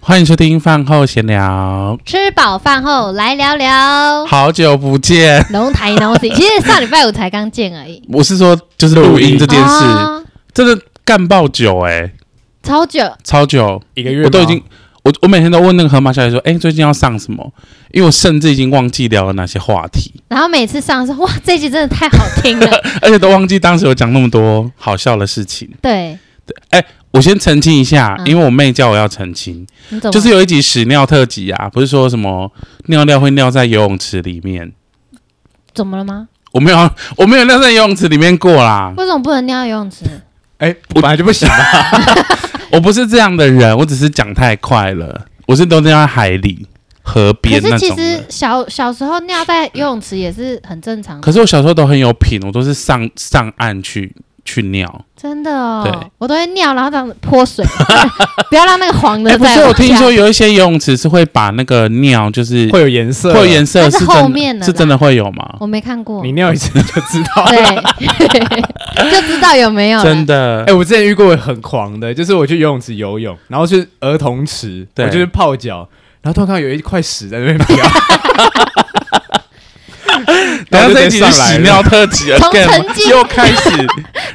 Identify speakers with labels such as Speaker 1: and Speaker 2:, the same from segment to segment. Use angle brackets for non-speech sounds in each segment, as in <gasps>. Speaker 1: 欢迎收听饭后闲聊，
Speaker 2: 吃饱饭后来聊聊
Speaker 1: 好久不见。
Speaker 2: 龙台龙 <laughs> 西。其实上礼拜五才刚见而已。
Speaker 1: 我是说，就是录音这件事，
Speaker 2: 哦
Speaker 1: 真的干爆久哎、
Speaker 2: 超久，
Speaker 1: 超久，
Speaker 3: 一个月吗
Speaker 1: 我都已经，我我每天都问那个河马小姐说，哎、最近要上什么？因为我甚至已经忘记聊了哪些话题，
Speaker 2: 然后每次上说哇，这集真的太好听了。 <laughs>
Speaker 1: 而且都忘记当时有讲那么多好笑的事情。
Speaker 2: 对，
Speaker 1: 我先澄清一下，
Speaker 2: 嗯
Speaker 1: 因为我妹叫我要澄清，
Speaker 2: 你怎么
Speaker 1: 就是有一集屎尿特辑啊，不是说什么尿尿会尿在游泳池里面，
Speaker 2: 怎么了吗？
Speaker 1: 我没有，我没有尿在游泳池里面过啦。
Speaker 2: 为什么不能尿游泳池？
Speaker 3: 哎、本来就不行吧？
Speaker 1: 我不是这样的人，我只是讲太快了。我是都尿在海里、河
Speaker 2: 可
Speaker 1: 边那
Speaker 2: 是其
Speaker 1: 种的
Speaker 2: 实。小小时候尿在游泳池也是很正常的，
Speaker 1: 可是我小时候都很有品，我都是上上岸去去尿。
Speaker 2: 真的哦
Speaker 1: 对。
Speaker 2: 我都会尿，然后这样子泼 <laughs> 水，不要让那个黄的
Speaker 1: 哎，不
Speaker 2: 在
Speaker 1: 是，
Speaker 2: 我
Speaker 1: 我
Speaker 2: 家
Speaker 1: 听说有一些游泳池是会把那个尿就是
Speaker 3: <laughs> 会有颜色，
Speaker 1: 会有颜色，
Speaker 2: 但是
Speaker 1: 是
Speaker 2: 后
Speaker 1: 真
Speaker 2: 面的
Speaker 1: 是
Speaker 2: 啦
Speaker 1: 真的会有吗？
Speaker 2: 我没看过
Speaker 3: 你，尿一 <laughs> 次就知道。
Speaker 2: 对， <laughs> 就知道有没有了
Speaker 1: 真的
Speaker 3: 哎、，我之前遇过很狂的，就是我去游泳池游泳，然后是儿童池，
Speaker 1: 对
Speaker 3: 我就是泡脚，然后突然看到有一块屎在那边飘，
Speaker 1: 等
Speaker 3: 然
Speaker 1: 下这
Speaker 3: 后就
Speaker 1: 一
Speaker 3: 直
Speaker 1: 集
Speaker 3: 接
Speaker 1: 是
Speaker 3: 上来
Speaker 1: 屎
Speaker 3: 了
Speaker 1: 尿特辑
Speaker 2: <laughs> 从
Speaker 1: again
Speaker 2: 曾
Speaker 1: <laughs>
Speaker 2: 经
Speaker 1: 又开
Speaker 2: <laughs>
Speaker 1: 始，然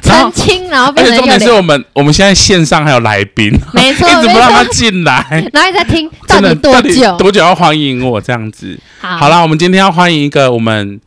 Speaker 2: 澄
Speaker 1: 后
Speaker 2: 清，然后哎
Speaker 1: 而
Speaker 2: 变
Speaker 1: 且
Speaker 2: 成
Speaker 1: 重
Speaker 2: 又
Speaker 1: 点是
Speaker 2: 脸，
Speaker 1: 我们我们现在线上还有来宾，
Speaker 2: 没
Speaker 1: <laughs>
Speaker 2: 错，
Speaker 1: 一直
Speaker 2: 没
Speaker 1: 不让
Speaker 2: 错
Speaker 1: 他进来，
Speaker 2: 然后你在听
Speaker 1: <laughs>
Speaker 2: 到
Speaker 1: 真的
Speaker 2: 底多久？
Speaker 1: 多久要欢迎我这样子？
Speaker 2: 好
Speaker 1: 好，啦，我们今天要欢迎一个我们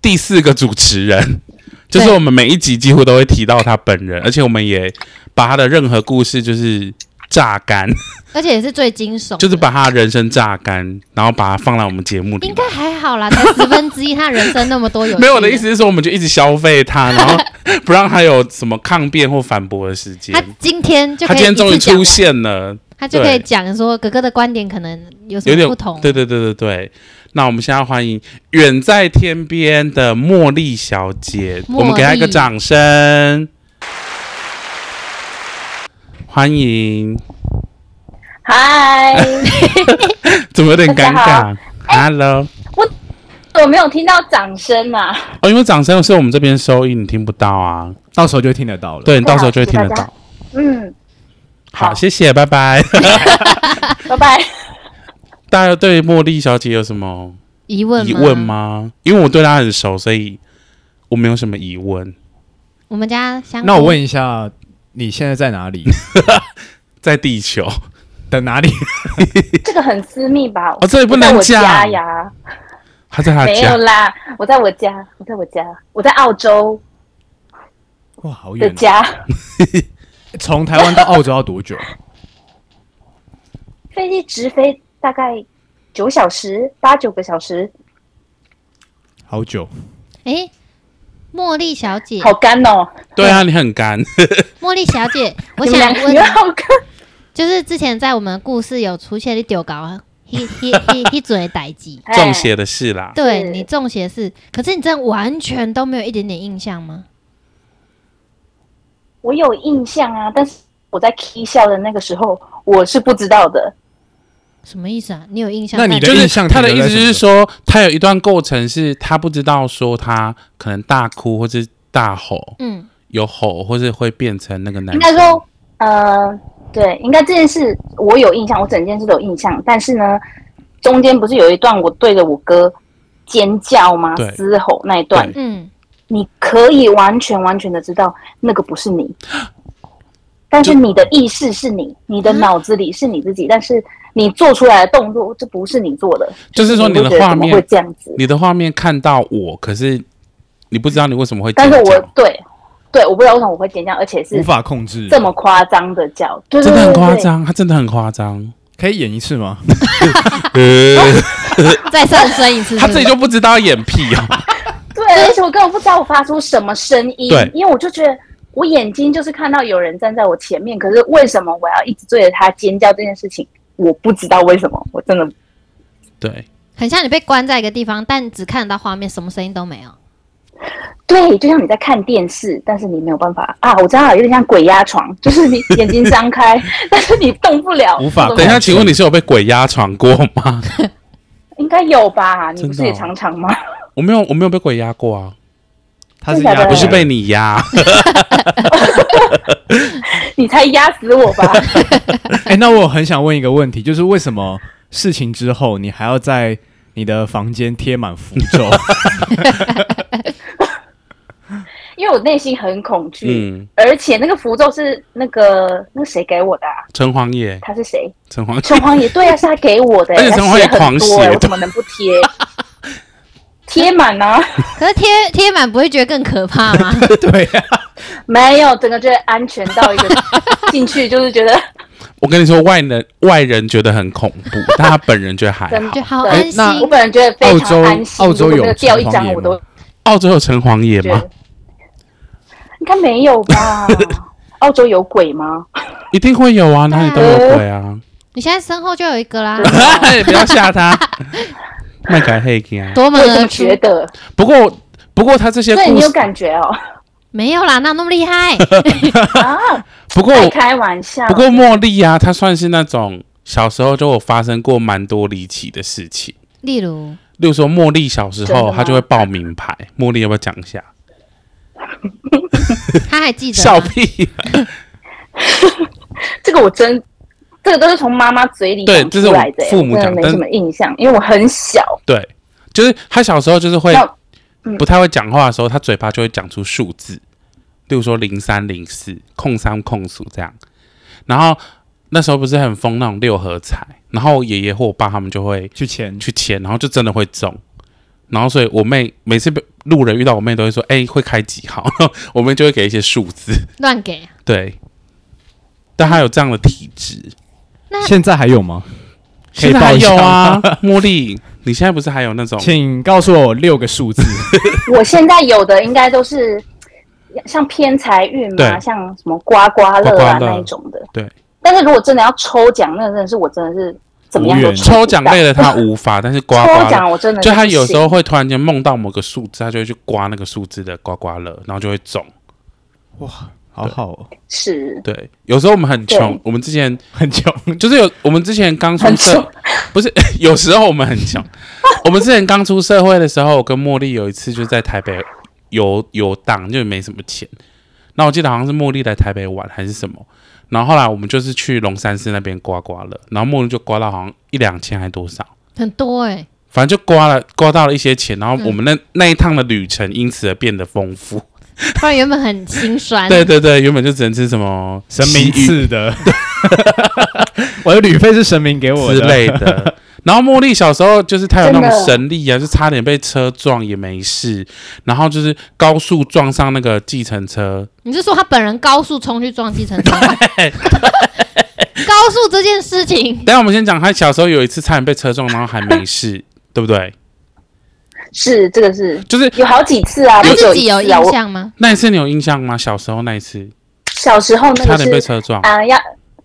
Speaker 1: 第四个主持人，就是
Speaker 2: 对
Speaker 1: 我们每一集几乎都会提到他本人，而且我们也把他的任何故事就是榨干，
Speaker 2: 而且也是最惊悚的，
Speaker 1: 就是把他的人生榨干，然后把它放到我们节目里面。
Speaker 2: 应该还好啦，才十分之一，他人生那么多有趣
Speaker 1: 没有，我的意，思是说，我们就一直消费他，然后 <laughs> 不让他有什么抗辩或反驳的时间
Speaker 2: 他。今天就
Speaker 1: 他
Speaker 2: 可以
Speaker 1: 今天
Speaker 2: 一次
Speaker 1: 终于
Speaker 2: 讲
Speaker 1: 出
Speaker 2: 完，
Speaker 1: 现了，
Speaker 2: 他就可
Speaker 1: 对
Speaker 2: 以讲说哥哥的观点可能有什
Speaker 1: 有
Speaker 2: 么
Speaker 1: 点
Speaker 2: 不同，
Speaker 1: 对对对对对。那我们现在欢迎远在天边的茉莉小姐，
Speaker 2: 茉莉
Speaker 1: 我们给她一个掌声。欢迎，
Speaker 4: 嗨，
Speaker 1: 怎么有点尴
Speaker 4: 大家
Speaker 1: 尬？Hello，
Speaker 4: <laughs> 我没有听到掌声啊！
Speaker 1: 哦，因为掌声是我们这边收音，你听不到啊。
Speaker 3: 到时候就听得到了。，
Speaker 1: 对，你到时候
Speaker 4: 好
Speaker 1: 就会听得
Speaker 4: 大家
Speaker 1: 到。
Speaker 4: 嗯，
Speaker 1: 好，
Speaker 4: 好
Speaker 1: 谢谢，拜拜。 <laughs>
Speaker 4: 拜拜。
Speaker 1: 大家对茉莉小姐有什么
Speaker 2: 疑问
Speaker 1: 疑问？吗？因为我对她很熟，所以我没有什么疑问。
Speaker 2: 我们家香菇，
Speaker 3: 那我问一下，你现在在哪里？
Speaker 1: 在地球，
Speaker 3: 等哪里？ <laughs>
Speaker 4: 这个很私密吧？
Speaker 1: 哦这也不能
Speaker 4: 我在我家
Speaker 1: 讲
Speaker 4: 呀，
Speaker 1: 她在她
Speaker 4: 没
Speaker 1: 家，
Speaker 4: 有啦，我在我家，我在我家，我在澳洲
Speaker 3: 哇，好
Speaker 4: 的
Speaker 3: 远、啊！
Speaker 4: 家，
Speaker 3: 从台湾到澳洲要多久？啊
Speaker 4: 飞机直飞大概九小时，八九个小时，
Speaker 3: <laughs> 好久。
Speaker 2: 哎，茉莉小姐，
Speaker 4: 好干哦！
Speaker 1: 对啊，你很干。
Speaker 2: 茉莉小
Speaker 4: <laughs>
Speaker 2: 姐，我
Speaker 4: 你们
Speaker 2: 想
Speaker 4: 两个
Speaker 2: 问
Speaker 4: 你，们好干，
Speaker 2: 就是之前在我们的故事有出现你丢稿，一、一、一、一嘴逮
Speaker 4: <laughs>
Speaker 2: 鸡，
Speaker 4: 哎
Speaker 1: 中邪的事啦。
Speaker 2: 对
Speaker 4: 是
Speaker 2: 你中邪是，可是你真的完全都没有一点点印象吗？
Speaker 4: 我有印象啊，但是我在 K 笑的那个时候，我是不知道的。
Speaker 2: 什么意思啊？你有印象？
Speaker 3: 那你
Speaker 2: 但
Speaker 3: 的
Speaker 1: 就是
Speaker 3: 印象
Speaker 1: 他的
Speaker 3: 停
Speaker 1: 意
Speaker 3: 留
Speaker 1: 思
Speaker 3: 在
Speaker 1: 就是
Speaker 3: 什
Speaker 1: 说，他有一段过程是他不知道说他可能大哭或是大吼，
Speaker 2: 嗯，
Speaker 1: 有吼或是会变成那个男
Speaker 4: 应
Speaker 1: 生。
Speaker 4: 该说，呃，对，应该这件事我有印象，我整件事都有印象。但是呢，中间不是有一段我对着我哥尖叫吗
Speaker 1: 对？
Speaker 4: 嘶吼那一段
Speaker 1: 对，
Speaker 2: 嗯，
Speaker 4: 你可以完全完全的知道那个不是
Speaker 1: <gasps>
Speaker 4: 你，但是你的意识是你，你
Speaker 1: 嗯
Speaker 4: 的脑子里是你自己，但是你做出来的动作这不是你做的，
Speaker 1: 就是说
Speaker 4: 你
Speaker 1: 你的
Speaker 4: 会觉得
Speaker 1: 画
Speaker 4: 怎么
Speaker 1: 面
Speaker 4: 会这样子，
Speaker 1: 你的画面看到我，可是你不知道你为什么会尖
Speaker 4: 但
Speaker 1: 叫。
Speaker 4: 是我对对，我不知道为什么我会尖叫，而且
Speaker 3: 无
Speaker 4: 是
Speaker 3: 法控制，
Speaker 4: 这么夸张的叫，对
Speaker 1: 真的很
Speaker 4: 对对
Speaker 1: 夸
Speaker 4: 对
Speaker 1: 张，他真的很夸张。
Speaker 3: 可以演一次
Speaker 4: <laughs>
Speaker 3: 吗？
Speaker 1: 呃，
Speaker 2: 嗯再上升一次是不
Speaker 1: 他
Speaker 2: 是，
Speaker 1: 自己就不知道演屁啊。
Speaker 4: 对，而且我根本不知道我发出什么声音，
Speaker 1: 对
Speaker 4: 因为我就觉得我眼睛就是看到有人站在我前面，可是为什么我要一直对着他尖叫这件事情，我不知道为什么，我真的
Speaker 1: <laughs> 对，
Speaker 2: 很像你被关在一个地方，但只看得到画面，什么声音都没有。
Speaker 4: 对，就像你在看电视，但是你没有办法啊，我知道了，有点像鬼压床，就是你眼睛张开， <laughs> 但是你动不了，
Speaker 3: 无法
Speaker 4: 我
Speaker 1: 等一下，
Speaker 3: 控制
Speaker 1: 请问你是有被鬼压床过吗？
Speaker 4: 应该有吧？你不
Speaker 1: 真
Speaker 4: 是
Speaker 1: 的哦
Speaker 4: 也常常吗？
Speaker 1: 我没有，我没有被鬼压过啊，
Speaker 3: 他是
Speaker 4: 真的假
Speaker 3: 压
Speaker 1: 我
Speaker 4: 的
Speaker 3: 不
Speaker 1: 是
Speaker 3: 是
Speaker 1: 被
Speaker 3: 被
Speaker 1: 你压。
Speaker 4: 你才压死我 <laughs> 吧！
Speaker 3: 哎、那我很想问一个问题，就是为什么事情之后你还要在你的房间贴满符 <laughs> 咒？
Speaker 4: 因为我内心很恐惧，
Speaker 1: 嗯，
Speaker 4: 而且那个符咒是那个那谁给我的、啊？
Speaker 1: 城隍爷，
Speaker 4: 他是谁？
Speaker 1: 城隍
Speaker 4: 城隍爷，对啊，是他给我的、欸，
Speaker 1: 而且城隍爷
Speaker 4: 他
Speaker 1: 狂
Speaker 4: 很多、欸，
Speaker 1: 写
Speaker 4: 我怎么能不贴？贴满啊， <laughs>
Speaker 2: 可是贴贴满不会觉得更可怕吗？
Speaker 3: 对啊呀、
Speaker 4: 没有，整个就是安全到一
Speaker 1: <laughs>
Speaker 4: 个进去，就是觉得
Speaker 1: 我跟你说，外人外人觉得很恐怖，但他本人觉得还
Speaker 4: 真
Speaker 1: 好。
Speaker 4: 的
Speaker 2: 就好安心。
Speaker 3: 哎那
Speaker 4: 我本人觉得非常安心。
Speaker 3: 澳洲
Speaker 4: 如果没
Speaker 3: 澳洲有
Speaker 4: 掉一
Speaker 3: 城隍
Speaker 4: 张，
Speaker 3: 爷
Speaker 4: 我都
Speaker 3: 吗
Speaker 1: 澳洲有城隍爷
Speaker 4: 觉
Speaker 1: 吗
Speaker 4: 得？应该没有
Speaker 1: <laughs>
Speaker 4: 吧？澳洲有鬼吗？
Speaker 1: 一定会有啊，哪里都有鬼啊！哎
Speaker 2: 你现在身后就有一个啦，
Speaker 1: 不要吓他，麦改黑啊！
Speaker 2: 夺
Speaker 4: <laughs> 我
Speaker 2: 门
Speaker 4: 也这
Speaker 2: 而
Speaker 4: 么
Speaker 2: 出
Speaker 4: 觉得，
Speaker 1: 不过不过他这些
Speaker 4: 所以
Speaker 1: 故
Speaker 4: 你有
Speaker 1: 事，
Speaker 4: 感觉
Speaker 1: <laughs>
Speaker 4: 哦？
Speaker 2: 没有啦，哪有那么厉害？
Speaker 4: 啊，
Speaker 1: 不过
Speaker 4: 在开玩笑。
Speaker 1: 不过茉莉啊，她算是那种小时候就有发生过蛮多离奇的事情。
Speaker 2: 例如，
Speaker 1: 例如说，茉莉小时
Speaker 4: 真的
Speaker 1: 候
Speaker 4: 吗
Speaker 1: 她就会报名牌。茉莉要不要讲一下？
Speaker 2: 他还记得
Speaker 1: 笑
Speaker 2: 吗？
Speaker 1: 屁！啊
Speaker 4: 这个我真，这个都是从妈妈嘴里
Speaker 1: 对
Speaker 4: 讲
Speaker 1: 这是
Speaker 4: 出来的、
Speaker 1: 我父母
Speaker 4: 真
Speaker 1: 讲
Speaker 4: 的没
Speaker 1: 但
Speaker 4: 什么印象，因为我很小。
Speaker 1: 对，就是她小时候就是会
Speaker 4: 那嗯
Speaker 1: 不太会讲话的时候，她嘴巴就会讲出数字，例如说零三零四、控三控数这样。然后那时候不是很疯那种六合彩，然后爷爷或我爸他们就会
Speaker 3: 去签
Speaker 1: 去签，然后就真的会中。然后所以我妹每次被路人遇到我妹都会说：“哎、会开几号？” <laughs> 我妹就会给一些数字。
Speaker 2: 乱给。
Speaker 1: 对，但她有这样的体质。
Speaker 3: <laughs> 现在还有吗？可
Speaker 1: 现
Speaker 3: 以
Speaker 1: 在
Speaker 3: 报
Speaker 1: 还
Speaker 3: 一下
Speaker 1: 有啊，茉莉，你现在不是还有那种？
Speaker 3: <laughs> 请告诉我六个数
Speaker 1: <laughs>
Speaker 3: 字。
Speaker 4: 我现在有的应该都是像偏财运嘛，
Speaker 1: 对
Speaker 4: 像什么刮刮乐
Speaker 1: 刮刮
Speaker 4: 啊
Speaker 1: 乐
Speaker 4: 那一种的。
Speaker 1: 对，
Speaker 4: 但是如果真的要抽奖，那真的是我真的是怎么样
Speaker 3: 无
Speaker 4: 都
Speaker 3: 缘
Speaker 4: 不到
Speaker 1: 抽奖类的她无法，但是刮
Speaker 4: 抽
Speaker 1: 刮乐
Speaker 4: 奖我真的是
Speaker 1: 就她
Speaker 4: 不
Speaker 1: 有时
Speaker 4: 行
Speaker 1: 候会突然间梦到某个数字，她就会去刮那个数字的刮刮乐，然后就会中。
Speaker 3: 好好、哦，
Speaker 4: 是
Speaker 1: 对，有时候我们很穷
Speaker 4: 对，
Speaker 1: 我们之前
Speaker 3: 很穷。
Speaker 1: 就是有我们之前刚出
Speaker 4: 很
Speaker 1: 社
Speaker 4: 穷，
Speaker 1: <laughs> 不是有时候我们很穷。 <laughs> 我们之前刚出社会的时候，我跟茉莉有一次就在台北游游荡，就没什么钱。那我记得好像是茉莉来台北玩还是什么，然后后来我们就是去龙山寺那边刮刮乐，然后茉莉就刮到好像一两千还多少，
Speaker 2: 很多哎、
Speaker 1: 反正就刮了刮到了一些钱，然后我们
Speaker 4: 嗯
Speaker 1: 那、那一趟的旅程因此而变得丰富。
Speaker 2: 不然原本很心酸。
Speaker 1: 对对对，原本就只能吃什么
Speaker 3: 神明
Speaker 1: 西域
Speaker 3: 赐的， <laughs> 我的旅费是神明给我的
Speaker 1: 之类的。 <laughs> 然后茉莉小时候就是她有那
Speaker 4: 真
Speaker 1: 种
Speaker 4: 的
Speaker 1: 神力啊，就差点被车撞也没事，然后就是高速撞上那个计程车，
Speaker 2: 你是说他本人高速冲去撞计程车？高速这件事
Speaker 1: 等
Speaker 2: 情，
Speaker 1: 一下我们先讲，她小时候有一次差点被车撞，然后还没
Speaker 4: <laughs>
Speaker 1: 事，对不对？
Speaker 4: 是这个是
Speaker 1: 就是
Speaker 4: 有好几次啊，
Speaker 2: 他
Speaker 4: 不是
Speaker 2: 自己有
Speaker 4: 有一次啊
Speaker 2: 印
Speaker 4: 我
Speaker 2: 象吗？
Speaker 1: 那一次你有印象吗？小时候那一次
Speaker 4: 小时候那
Speaker 1: 差
Speaker 4: 个
Speaker 1: 点被
Speaker 4: 是
Speaker 1: 车撞，
Speaker 4: 啊要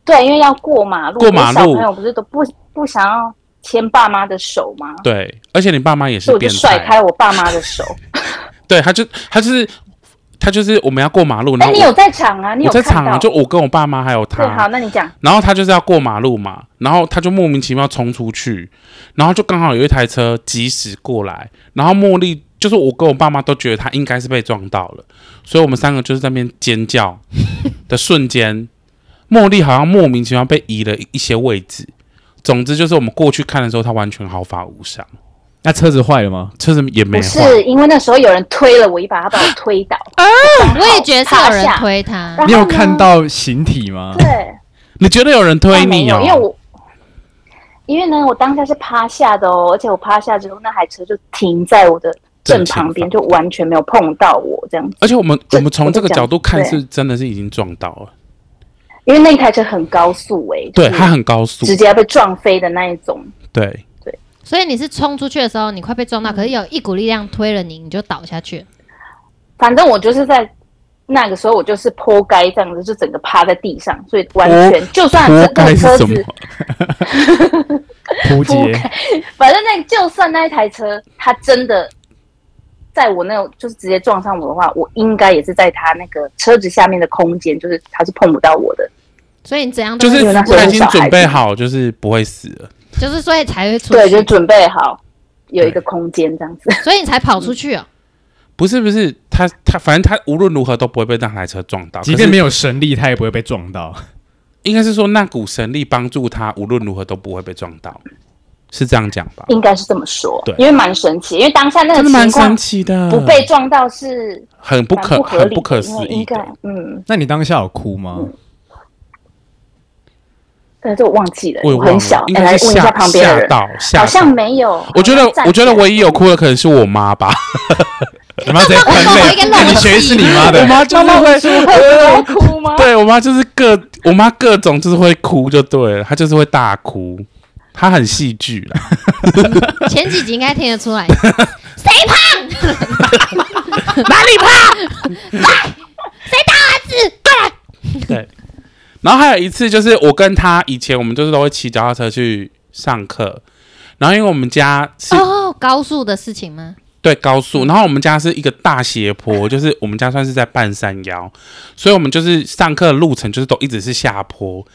Speaker 4: 对，因为要过马路，
Speaker 1: 过马路
Speaker 4: 小朋友不是都不不想要牵爸妈的手吗？
Speaker 1: 对，而且你爸妈也
Speaker 4: 所
Speaker 1: 是
Speaker 4: 以我就
Speaker 1: 变
Speaker 4: 甩
Speaker 1: 态，
Speaker 4: 开我爸妈的
Speaker 1: <laughs>
Speaker 4: 手。
Speaker 1: 对，他就他就是他就是我们要过马路，然
Speaker 4: 哎，
Speaker 1: 后
Speaker 4: 你
Speaker 1: 我
Speaker 4: 有在场啊？你
Speaker 1: 我
Speaker 4: 有
Speaker 1: 在
Speaker 4: 看
Speaker 1: 场
Speaker 4: 到？
Speaker 1: 啊，就我跟我爸妈还有
Speaker 4: 对，好，
Speaker 1: 他，
Speaker 4: 那你讲。
Speaker 1: 然后他就是要过马路嘛，然后他就哦莫名其妙冲出去，然后就刚好有一台车及时过来，然后茉莉就是我跟我爸妈都觉得他应该是被撞到了，所以我们三个就是在那边尖叫的瞬间，茉莉好像莫名其妙被移了一些位置。总之就是我们过去看的时候，他完全毫发无伤，
Speaker 3: 那车子坏了吗？
Speaker 1: 车子也没
Speaker 4: 不
Speaker 1: 坏。
Speaker 4: 是，因为那时候有人推了我一把，他把我推
Speaker 2: <laughs>
Speaker 4: 倒。
Speaker 2: 哦我也觉得是有人
Speaker 4: 趴下
Speaker 2: 推他，
Speaker 4: 然后呢
Speaker 3: 你有看？到形体吗？
Speaker 4: 对，
Speaker 1: 你觉得有人推
Speaker 4: 但哎没
Speaker 1: 你
Speaker 4: 有因为
Speaker 1: 哦？
Speaker 4: 我，因为呢，我当下是趴下的哦，而且我趴下之后，那台车就停在我的正旁
Speaker 1: 正
Speaker 4: 边，
Speaker 1: 前方
Speaker 4: 就完全没有碰到我这样子。
Speaker 1: 而且我们
Speaker 4: 这
Speaker 1: 我们从这个角度看，
Speaker 4: 我就讲
Speaker 1: 是真的是已经撞到了，
Speaker 4: 因为那台车很高速诶、
Speaker 1: 对，
Speaker 4: 就是
Speaker 1: 它很高速
Speaker 4: 直，接被撞飞的那一种。
Speaker 1: 对，
Speaker 2: 所以你是冲出去的时候，你快被撞到，可是有一股力量推了你，你就倒下去了。
Speaker 4: 反正我就是在那个时候，我就是坡该这样子，就整个趴在地上，所以完全就算
Speaker 1: 活
Speaker 4: 这
Speaker 1: 该
Speaker 4: 个
Speaker 1: 是
Speaker 4: 车
Speaker 1: 什
Speaker 4: 子
Speaker 1: 么？
Speaker 4: <laughs>
Speaker 3: 扑街
Speaker 4: 扑街反正那就算那一台车，它真的在我那种就是直接撞上我的话，我应该也是在它那个车子下面的空间，就是它是碰不到我的。
Speaker 2: 所以你怎样都
Speaker 1: 就是
Speaker 2: 会
Speaker 4: 那时候
Speaker 1: 他已
Speaker 4: 是
Speaker 1: 经
Speaker 4: 小孩
Speaker 1: 准备
Speaker 4: 子
Speaker 1: 好，就是不会死了。
Speaker 2: 就是所以才会出
Speaker 4: 对，就
Speaker 2: 去，
Speaker 4: 准备好有一个空间这样子。
Speaker 2: 所以你才跑出去哦。
Speaker 1: 不是不是，他他反正他无论如何都不会被那台车撞到，
Speaker 3: 即便没
Speaker 1: 有，
Speaker 3: 有神力，他也不会被撞到。
Speaker 1: 应该是说那股神力帮助他无论如何都不会被撞到，是这样讲吧？
Speaker 4: 应该是这么说
Speaker 1: 对，
Speaker 4: 因为蛮神奇，因为当下那个
Speaker 1: 真的蛮
Speaker 4: 情
Speaker 1: 神
Speaker 4: 况
Speaker 1: 奇的，
Speaker 4: 不被撞到是
Speaker 1: 很不
Speaker 4: 蛮
Speaker 1: 可
Speaker 4: 合
Speaker 1: 很
Speaker 4: 理的，
Speaker 1: 不可思
Speaker 4: 因为
Speaker 1: 议
Speaker 4: 应该
Speaker 1: 的。
Speaker 4: 嗯，
Speaker 3: 那你当下有哭
Speaker 4: <laughs>
Speaker 3: 吗？
Speaker 4: 呃，这我忘记了，
Speaker 1: 我也
Speaker 4: 我
Speaker 1: 忘
Speaker 4: 很
Speaker 1: 了
Speaker 4: 小，，
Speaker 1: 应
Speaker 4: 哎，来
Speaker 1: 该
Speaker 4: 问
Speaker 1: 是
Speaker 4: 一下
Speaker 1: 吓
Speaker 4: 旁边的
Speaker 1: 吓
Speaker 4: 人，
Speaker 1: 到吓到，
Speaker 4: 好像没有。
Speaker 1: 我觉得
Speaker 4: 好像
Speaker 1: 我觉得
Speaker 4: 暂时
Speaker 1: 唯一有哭的可能是我妈吧，
Speaker 3: 你妈直接
Speaker 2: 那
Speaker 3: 喷
Speaker 2: 我我应该
Speaker 3: 泪，
Speaker 2: 弄
Speaker 3: 你学是你妈
Speaker 1: 我
Speaker 3: 的，
Speaker 1: 妈就是会。
Speaker 4: 会哭 <laughs> 吗？
Speaker 1: 对我妈就是各，我妈各种就是会哭就对了，她就是会大哭，她很戏剧啦。
Speaker 2: 前几集应该听得出
Speaker 1: <laughs>
Speaker 2: 来，谁胖？
Speaker 1: 哪里怕？
Speaker 2: 谁打儿子？过来！
Speaker 1: 对。然后还有一次就是我跟她以前我们就是都会骑脚踏车去上课，然后因为我们家是、
Speaker 2: 哦，高速的事情吗？
Speaker 1: 对高速，然后我们家是一个大斜坡，就是我们家算是在半山腰，所以我们就是上课的路程就是都一直是下坡，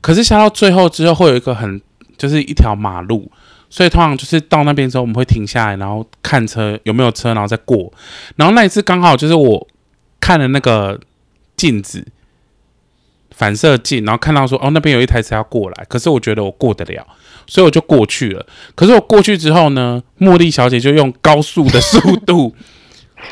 Speaker 1: 可是下到最后之后会有一个很就是一条马路，所以通常就是到那边之后我们会停下来，然后看车有没有车，然后再过。然后那一次刚好就是我看了那个镜子反射镜，然后看到说哦那边有一台车要过来，可是我觉得我过得了，所以我就过去了。可是我过去之后呢，茉莉小姐就用高速的速
Speaker 2: <laughs>
Speaker 1: 度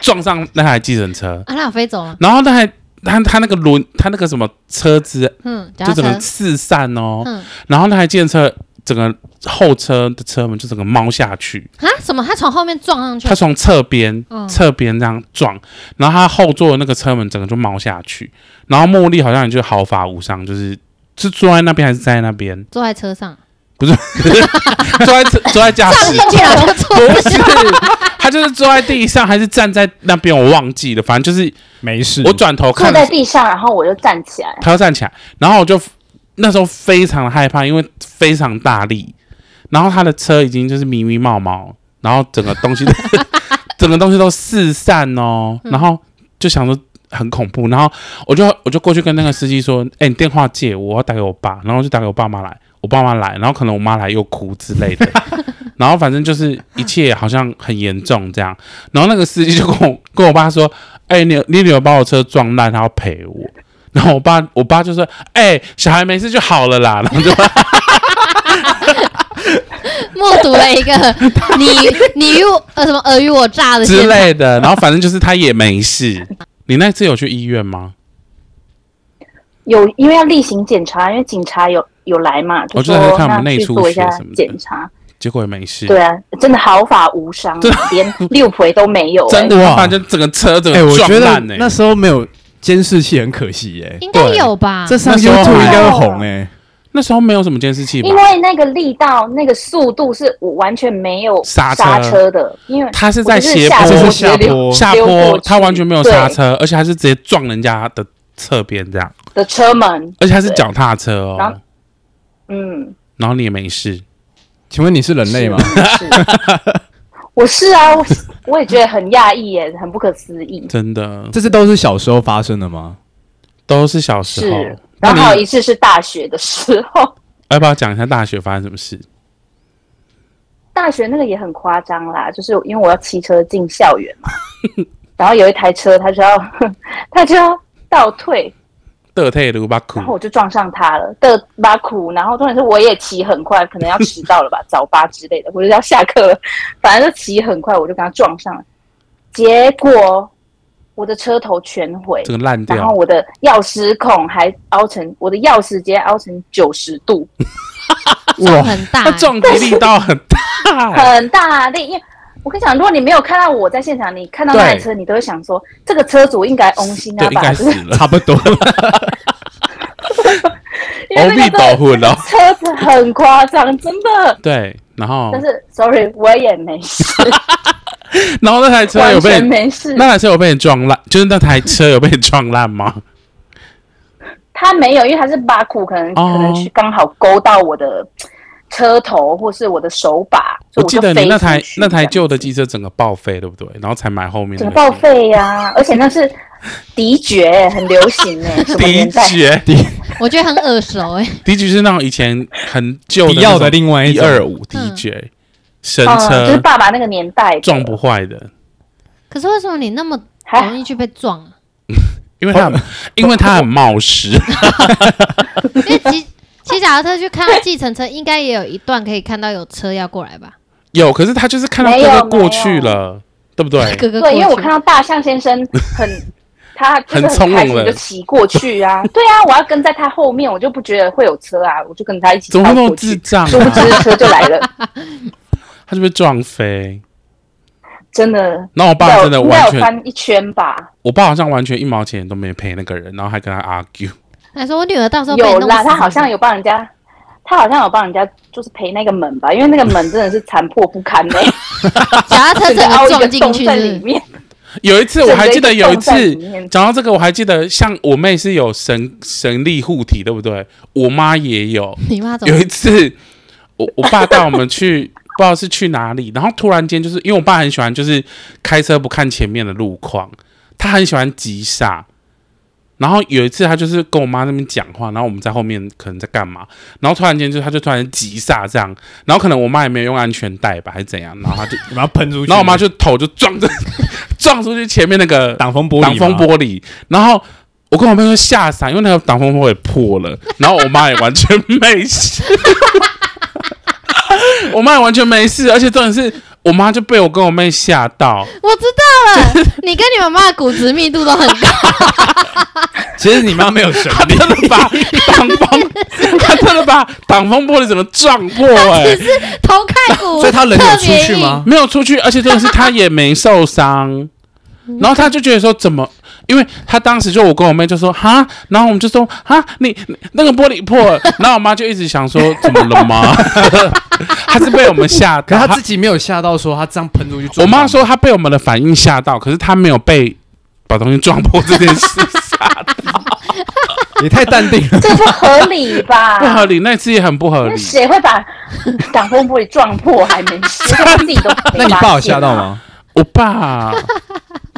Speaker 1: 撞上那台计程车，
Speaker 2: 啊，那我飞走了。
Speaker 1: 然后那台他他那个轮他那个什么车子
Speaker 2: 嗯，脚
Speaker 1: 就
Speaker 2: 踏
Speaker 1: 整个
Speaker 2: 车。
Speaker 1: 四散哦，
Speaker 2: 嗯
Speaker 1: 然后那台计程车整个后车的车门就整个猫下去，
Speaker 2: 啊，什么？他从后面撞上去
Speaker 1: 他？从侧边
Speaker 2: 嗯
Speaker 1: 侧边这样撞，然后他后座的那个车门整个就猫下去，然后茉莉好像也就毫发无伤，就是是坐在那边还是在那边
Speaker 2: 坐在车上，
Speaker 1: <laughs> 坐在车坐在
Speaker 2: <laughs>
Speaker 1: 驾驶
Speaker 2: 撞进去了就坐
Speaker 1: 不是，他就是坐在地上还是站在那边，我忘记了。反正就是
Speaker 3: 没事。
Speaker 1: 我转头
Speaker 4: 坐
Speaker 1: 看，
Speaker 4: 在地上，然后我就站起来，
Speaker 1: 他要站起来，然后我就那时候非常的害怕，因为非常大力，然后他的车已经就是迷迷冒冒，然后整个东西 <laughs> 整个东西都四散哦，然后就想说很恐怖，然后我就我就过去跟那个司机说，哎、你电话借我，我要打给我爸，然后就打给我爸妈来，我爸妈来，然后可能我妈来又哭之类的。然后反正就是一切好像很严重这样，然后那个司机就跟我跟我爸说：“哎、你你女儿把我车撞烂，她要赔我。”然后我爸我爸就说：“哎、小孩没事就好了啦。”然后就
Speaker 2: <laughs> 目睹了一个
Speaker 1: <laughs>
Speaker 2: 你你与我呃什么尔虞我诈的
Speaker 1: 之
Speaker 2: 现场。
Speaker 1: 类的，
Speaker 3: <laughs>
Speaker 1: 然后反正就是他也没事。你那次有去医院吗？
Speaker 4: 有因为要例行检查，因为警察有有来嘛，
Speaker 1: 我
Speaker 4: 就
Speaker 1: 哦就
Speaker 4: 说
Speaker 1: 在看我
Speaker 4: 那
Speaker 1: 们内
Speaker 4: 去
Speaker 1: 出
Speaker 4: 做一
Speaker 1: 血
Speaker 4: 下
Speaker 1: 什么的
Speaker 4: 检查。
Speaker 1: 结果也没事，
Speaker 4: 对啊，真的毫发无伤，连六陪都没有、
Speaker 1: 啊 <laughs> 真
Speaker 4: 哎
Speaker 1: 的，
Speaker 3: 哇
Speaker 1: 他反正整个车整
Speaker 3: 哎、
Speaker 1: 个
Speaker 3: 我
Speaker 1: 撞
Speaker 3: 觉得
Speaker 1: 烂呢、欸
Speaker 3: 那时候没有监视器很可惜耶、
Speaker 2: 应该有吧？
Speaker 3: 这上
Speaker 1: 那时候
Speaker 3: YouTube
Speaker 1: 还
Speaker 3: 应该会红哎、
Speaker 1: 那时候没有什么监视器吧
Speaker 4: 因？为那个力道、那个速度是我完全没有
Speaker 1: 刹车
Speaker 4: 刹车的，因为
Speaker 1: 他是在斜
Speaker 4: 我
Speaker 1: 坡
Speaker 4: 就
Speaker 3: 这
Speaker 4: 是
Speaker 3: 是下
Speaker 4: 下坡直接溜
Speaker 3: 坡
Speaker 1: 下
Speaker 4: 溜过
Speaker 1: 坡，
Speaker 4: 去
Speaker 1: 他完全没有刹
Speaker 4: 对
Speaker 1: 车，而且他是直接撞人家的侧边这样，
Speaker 4: 的车门，
Speaker 1: 而且他是脚踏车
Speaker 4: 对然后
Speaker 1: 哦。
Speaker 4: 嗯，
Speaker 1: 然后你也没事，
Speaker 3: 请问你是人类吗？
Speaker 4: 是？
Speaker 1: <laughs>
Speaker 4: 是我是啊，我我也觉得很讶异耶，很不可
Speaker 1: <laughs>
Speaker 4: 思议。
Speaker 1: 真的
Speaker 3: 这些都是小时候发生的吗？
Speaker 1: 都是小时
Speaker 4: 是
Speaker 1: 候。，
Speaker 4: 然
Speaker 1: 那
Speaker 4: 后还有
Speaker 1: 你
Speaker 4: 一次是大学的时候，
Speaker 1: 要不要讲一下大学发生什么事？
Speaker 4: 大学那个也很夸张啦，就是因为我要骑车进校园嘛， <laughs> 然后有一台车，他就要 <laughs> 他就要倒退，
Speaker 1: 德泰鲁巴库
Speaker 4: 然后我就撞上他了，的巴苦，然后重点是我也骑很快，可能要迟到了吧， <laughs> 早八之类的，或者是要下课了，反正就骑很快，我就跟他撞上了，结果我的车头全毁，
Speaker 1: 这个烂
Speaker 4: 然
Speaker 1: 掉，
Speaker 4: 后我的钥匙孔还凹成，我的钥匙直接凹成九十度，
Speaker 2: 撞很大
Speaker 1: 它
Speaker 2: 欸，
Speaker 1: 撞击力道很
Speaker 4: <laughs>
Speaker 1: 大，
Speaker 4: 很大力，因为。我跟你讲，如果你没有看到我在现场，你看到那台
Speaker 1: 对
Speaker 4: 车，你都会想说，这个车主应该翁心
Speaker 1: 对
Speaker 4: 啊，，
Speaker 1: 应
Speaker 4: 吧？
Speaker 1: 该
Speaker 4: 就
Speaker 1: 死
Speaker 4: 是
Speaker 1: 了。
Speaker 3: <laughs> 差不多，
Speaker 4: <laughs> 因为那个
Speaker 1: 欧
Speaker 4: 车
Speaker 1: 米保护了
Speaker 4: 车子很夸张，真的。
Speaker 1: 对，然后
Speaker 4: 但是，sorry，我也
Speaker 1: <laughs>
Speaker 4: 没事，
Speaker 1: 然后那台车
Speaker 4: 完
Speaker 1: 有被
Speaker 4: 全没事。
Speaker 1: <laughs> 那台车有被你撞烂，就是那台车有被你撞烂
Speaker 4: <laughs>
Speaker 1: 吗？
Speaker 4: 他没有，因为他是巴库，可能、
Speaker 1: 哦
Speaker 4: 可能去刚好勾到我的车头或是我的手把，所
Speaker 1: 我
Speaker 4: 以
Speaker 1: 记
Speaker 4: 就
Speaker 1: 得你
Speaker 4: 飞
Speaker 1: 那
Speaker 4: 出
Speaker 1: 台
Speaker 4: 去
Speaker 1: 那台
Speaker 4: 这样
Speaker 1: 旧的机车整个报废，对不对？然后才买后面
Speaker 4: 整
Speaker 1: 那
Speaker 4: 个报
Speaker 1: 个。
Speaker 4: 废呀、而且那是迪爵，很流行哎、什么
Speaker 1: 迪 <laughs>
Speaker 4: 年代？
Speaker 1: 爵，
Speaker 2: 我觉得很耳熟哎。
Speaker 1: 迪爵是那种以前很旧的
Speaker 3: 迪
Speaker 1: 那
Speaker 3: 奥
Speaker 1: 种
Speaker 3: 的另外一
Speaker 1: 一
Speaker 3: 种
Speaker 1: 二五迪爵神
Speaker 4: 嗯啊嗯，就是
Speaker 1: 车
Speaker 4: 爸爸那个年代的
Speaker 1: 撞不坏的，
Speaker 2: 可是为什么你那么
Speaker 4: 还
Speaker 2: 容易去被撞啊？
Speaker 1: 因为
Speaker 4: 哦
Speaker 1: 他很因为他很冒
Speaker 4: <laughs>
Speaker 1: 失，
Speaker 2: 因为骑骑脚踏车去看到计程车，应该也有一段可以看到有车要过来吧？
Speaker 1: 有，可是他就是看到
Speaker 4: 没有
Speaker 1: 哥哥过去了，对不对？
Speaker 2: 哥哥过
Speaker 4: 对，
Speaker 2: 去，
Speaker 4: 因为我看到大象
Speaker 1: <laughs>
Speaker 4: 先生很，他就是
Speaker 1: 很从
Speaker 4: 很开
Speaker 1: 容
Speaker 4: 心
Speaker 1: 了
Speaker 4: 就骑过
Speaker 1: <laughs>
Speaker 4: 去啊。对啊，我要跟在他后面，我就不觉得会有车啊，我就跟他一起
Speaker 1: 怎么
Speaker 4: 超
Speaker 1: 会那么
Speaker 4: 过
Speaker 1: 智
Speaker 4: 去。
Speaker 1: 障
Speaker 4: <laughs> 殊不
Speaker 1: 啊？
Speaker 4: 知车就来了， <laughs>
Speaker 1: 他是不是撞飞？
Speaker 4: 真的。
Speaker 1: 然后我爸真的
Speaker 4: 应该有
Speaker 1: 完
Speaker 4: 应该有
Speaker 1: 全，
Speaker 4: 翻一圈吧，
Speaker 1: 我爸好像完全一毛钱都没赔那个人，然后还跟他 argue。 <laughs>
Speaker 2: 还说我女儿到时候被你
Speaker 4: 有
Speaker 2: 弄
Speaker 4: 啦，
Speaker 2: 死
Speaker 4: 他好像
Speaker 2: 是
Speaker 4: 有帮人家，他好像有帮人家就是赔那个门吧，因为那个门真的是残破不堪
Speaker 2: <laughs>
Speaker 4: 的、
Speaker 2: 不是脚踏车
Speaker 4: 整
Speaker 2: 整
Speaker 4: 个凹
Speaker 2: 个
Speaker 4: 一个
Speaker 2: 撞进
Speaker 4: 洞
Speaker 2: 去
Speaker 4: 在
Speaker 2: 是
Speaker 4: 里
Speaker 2: 不是
Speaker 4: <laughs> 面，
Speaker 1: 有一次我还记得有一
Speaker 4: 整个
Speaker 1: 次
Speaker 4: 洞在里面
Speaker 1: 讲到这个，我还记得像我妹是有神神力护体，对不对？我妈也有，
Speaker 2: 你妈怎
Speaker 1: 有
Speaker 2: 么
Speaker 1: 一？次，我 <laughs> 我爸带我们去，不知道是去哪里，然后突然间就是因为我爸很喜欢就是开车不看前面的路况，他很喜欢急刹。然后有一次他就是跟我妈那边讲话，然后我们在后面可能在干嘛，然后突然间就他就突然急刹这样，然后可能我妈也没有用安全带吧，还是怎样，然后他就，
Speaker 3: <laughs> 你把它喷出去，
Speaker 1: 然后我妈就头就撞 <laughs> 着撞出去前面那个
Speaker 3: 挡风玻璃，
Speaker 1: 挡风，玻璃，然后我跟我妹说吓傻，因为那个挡风玻璃破了，然后我妈也完全没 <laughs> 事，我妈也完全没事，而且重点是我妈就被我跟我妹吓到，
Speaker 2: 我知道
Speaker 3: <laughs>
Speaker 2: 了， <laughs> 你跟你妈妈的骨质密度都很高，
Speaker 3: 其实你妈没有 <laughs> 神
Speaker 1: 她
Speaker 3: 力
Speaker 1: 真，的把挡风，她真的把挡风玻璃整个撞破、
Speaker 2: 只
Speaker 1: 欸，哎，
Speaker 2: 是头盖骨
Speaker 3: 所以她人有
Speaker 2: 特
Speaker 3: 出
Speaker 2: 别
Speaker 3: 去吗
Speaker 2: 硬？
Speaker 1: 没有出去，而且重点是她也没受伤。
Speaker 2: 嗯
Speaker 1: 然后她就觉得说怎么，因为她当时就我跟我妹就说哈，然后我们就说哈，你你那个玻璃破
Speaker 2: <laughs>
Speaker 1: 了，然后我妈就一直想说怎么了吗？她是被我们吓
Speaker 3: 可
Speaker 1: 到，
Speaker 3: 是
Speaker 1: 她
Speaker 3: 她自己没有吓到，说她这样喷出去撞到。
Speaker 1: 我妈说她被我们的反应吓到，可是她没有被把东西撞破这件事
Speaker 2: <laughs>
Speaker 3: 你太淡定了，
Speaker 4: 这不合理
Speaker 1: <laughs>
Speaker 4: 吧？
Speaker 1: 不合理，那次也很不合
Speaker 4: 那
Speaker 1: 理。
Speaker 4: 谁会把挡风玻璃撞破还没
Speaker 1: <laughs>
Speaker 4: 事？他自己都没
Speaker 3: <laughs> 那你爸有
Speaker 4: 发现啊
Speaker 3: 吓到？吗？
Speaker 1: 我爸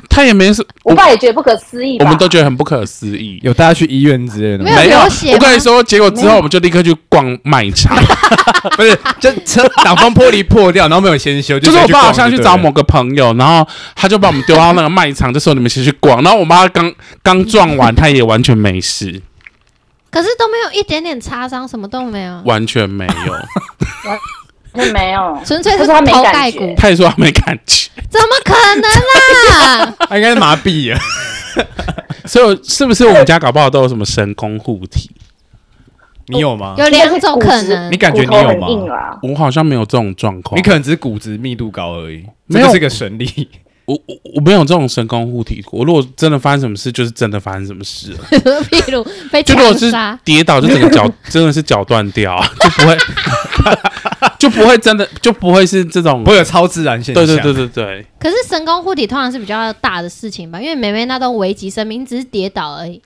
Speaker 1: 他也没说，
Speaker 4: 我爸也觉得不可思议吧。
Speaker 1: 我们都觉得很不可思议。
Speaker 3: 有带她去医院之类的
Speaker 2: 没有
Speaker 3: 吗？
Speaker 1: 没有，
Speaker 2: 流血吗
Speaker 1: 我跟你说，结果之后我们就立刻去逛卖场。
Speaker 3: 不是，就车挡风玻璃破掉，然后没有先
Speaker 1: <laughs>
Speaker 3: 修，
Speaker 1: 就是
Speaker 3: 直
Speaker 1: 我
Speaker 3: 接
Speaker 1: 爸好
Speaker 3: 逛
Speaker 1: 像去
Speaker 3: 就对
Speaker 1: 找
Speaker 3: 了
Speaker 1: 某个朋友，然后他就把我们丢到那个卖场，就说你们先去逛。然后我妈刚刚撞完，她也完全没事， <laughs>
Speaker 2: 可是都没有一点点擦伤，什么都没有，
Speaker 1: 完全没 <laughs> 有。
Speaker 4: 那没有，
Speaker 2: <laughs> 纯粹
Speaker 4: 就是他没
Speaker 2: 头
Speaker 4: 感
Speaker 2: 盖
Speaker 4: 觉
Speaker 1: <laughs>
Speaker 2: 骨，
Speaker 1: 她也说她没感觉，
Speaker 2: 怎么可能
Speaker 3: <laughs>
Speaker 2: 啦？
Speaker 3: 他应该是麻痹了。
Speaker 1: 所以是不是我们家搞不好都有什么神功护体？
Speaker 3: 你有吗？
Speaker 2: 有两种可能 <laughs>
Speaker 3: 你，感觉你
Speaker 4: 骨头
Speaker 3: 有
Speaker 4: 很
Speaker 3: 吗？
Speaker 4: 硬啊啦。
Speaker 1: 我好像没有这种状况，
Speaker 3: 你可能只是骨质密度高而已，
Speaker 1: 没
Speaker 3: 这
Speaker 1: 有
Speaker 3: 就是个神 <laughs> 力。
Speaker 1: 我我我没有这种神功护体。我如果真的发生什么事，就是真的发生什么事了。
Speaker 2: 譬如
Speaker 1: <laughs>
Speaker 2: 被
Speaker 1: 就如果
Speaker 2: 枪
Speaker 1: 是
Speaker 2: 杀，
Speaker 1: 跌倒，就整个脚 <laughs> 真的是脚断掉啊，就不会 <laughs> 就不会真的就不会是这种
Speaker 3: 不。会有超自然现象。
Speaker 1: 对对对对对。
Speaker 2: 可是神功护体通常是比较大的事情吧，因为妹妹那都危及生命，只是跌倒而已。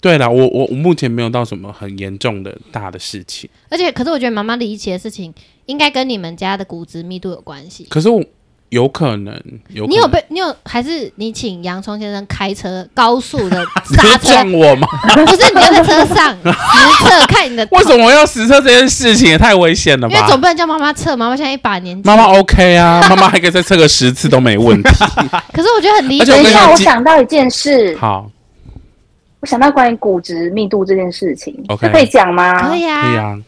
Speaker 1: 对啦，我我我目前没有到什么很严重的大的事情，
Speaker 2: 而且，可是我觉得妈妈离奇的事情应该跟你们家的骨质密度有关系。
Speaker 1: 可是我有可能有可能
Speaker 2: 你有被你有还是你请洋葱先生开车高速
Speaker 1: <laughs>
Speaker 2: 的
Speaker 1: 你是
Speaker 2: 刹车
Speaker 1: 撞，
Speaker 2: <laughs>
Speaker 1: 我吗？
Speaker 2: 不是你要在车
Speaker 1: <laughs>
Speaker 2: 上实测看你的头，
Speaker 1: 为什么要实测这件事情？也太危险了
Speaker 2: 因为总
Speaker 1: 吧！
Speaker 2: 不能叫妈妈测，妈妈现在一把年纪，
Speaker 1: 妈妈 OK 啊，妈妈还可以再测个十次都没问题。
Speaker 2: 可是我觉得很离
Speaker 1: 而且
Speaker 2: 奇
Speaker 1: 我
Speaker 4: 等
Speaker 1: 跟
Speaker 4: 一
Speaker 1: 你讲
Speaker 2: 的是，
Speaker 4: 下，我
Speaker 1: 鸡
Speaker 4: 想到一件事，
Speaker 1: 好
Speaker 4: 我想到关于骨质密度这件事情
Speaker 1: OK
Speaker 4: 是可以讲吗？
Speaker 2: 可以
Speaker 1: 可以
Speaker 2: 啊，
Speaker 1: 啊，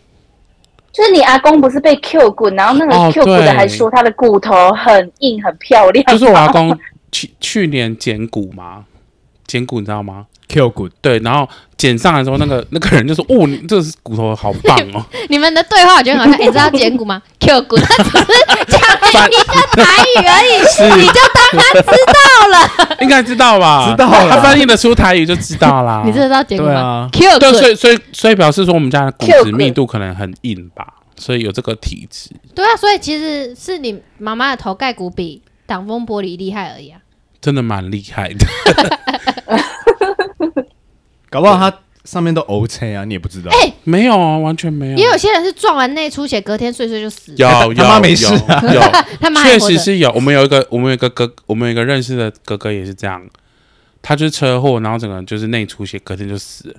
Speaker 4: 就是你阿公不是被 Q 滚，然后那
Speaker 1: 哦
Speaker 4: 个 Q 滚
Speaker 1: 对
Speaker 4: 的还说他的骨头很硬很漂亮，
Speaker 1: 就是我阿公去去年剪骨嘛，剪骨你知道吗？
Speaker 3: ，Q 骨
Speaker 1: 对，然后剪上来的时候，那个那个人就说：“哦，你这是骨头好棒
Speaker 2: <laughs>
Speaker 1: 哦，
Speaker 2: 你们的对话我觉得很好笑。你知道剪
Speaker 1: <laughs>
Speaker 2: 骨吗？Q 骨，他只是讲
Speaker 1: 反
Speaker 2: 你的台语而
Speaker 1: 是
Speaker 2: 已，你就当他知道了。
Speaker 1: 应该知道吧？
Speaker 3: 知道了
Speaker 1: 他翻译的出台语就知道啦。
Speaker 2: 你真的知道结果
Speaker 3: 对
Speaker 2: 吗
Speaker 3: 啊
Speaker 2: ？Q
Speaker 1: <laughs> 对，所
Speaker 2: 滚，
Speaker 1: 以所以所以表示说我们家的骨质密度可能很硬吧，所以有这个体质。
Speaker 2: 对啊，所以其实是你妈妈的头盖骨比挡风玻璃厉害而已啊。
Speaker 1: 真的蛮厉害的， <laughs>
Speaker 3: 搞不好它上面都 O K 啊，你也不知道。
Speaker 2: 哎
Speaker 1: 没有啊，完全没有。哎
Speaker 2: 也有些人是撞完内出血，隔天碎碎就死了，
Speaker 1: 有
Speaker 3: 他
Speaker 1: 有
Speaker 3: 他妈没事啊
Speaker 1: 有， <laughs> 有
Speaker 2: <laughs> 他妈还
Speaker 1: 确
Speaker 2: 活
Speaker 1: 实
Speaker 2: 着。
Speaker 1: 是有。我们有一个，我们有一个哥，我们有一个认识的哥哥也是这样，他就是车祸，然后整个人就是内出血，隔天就死了。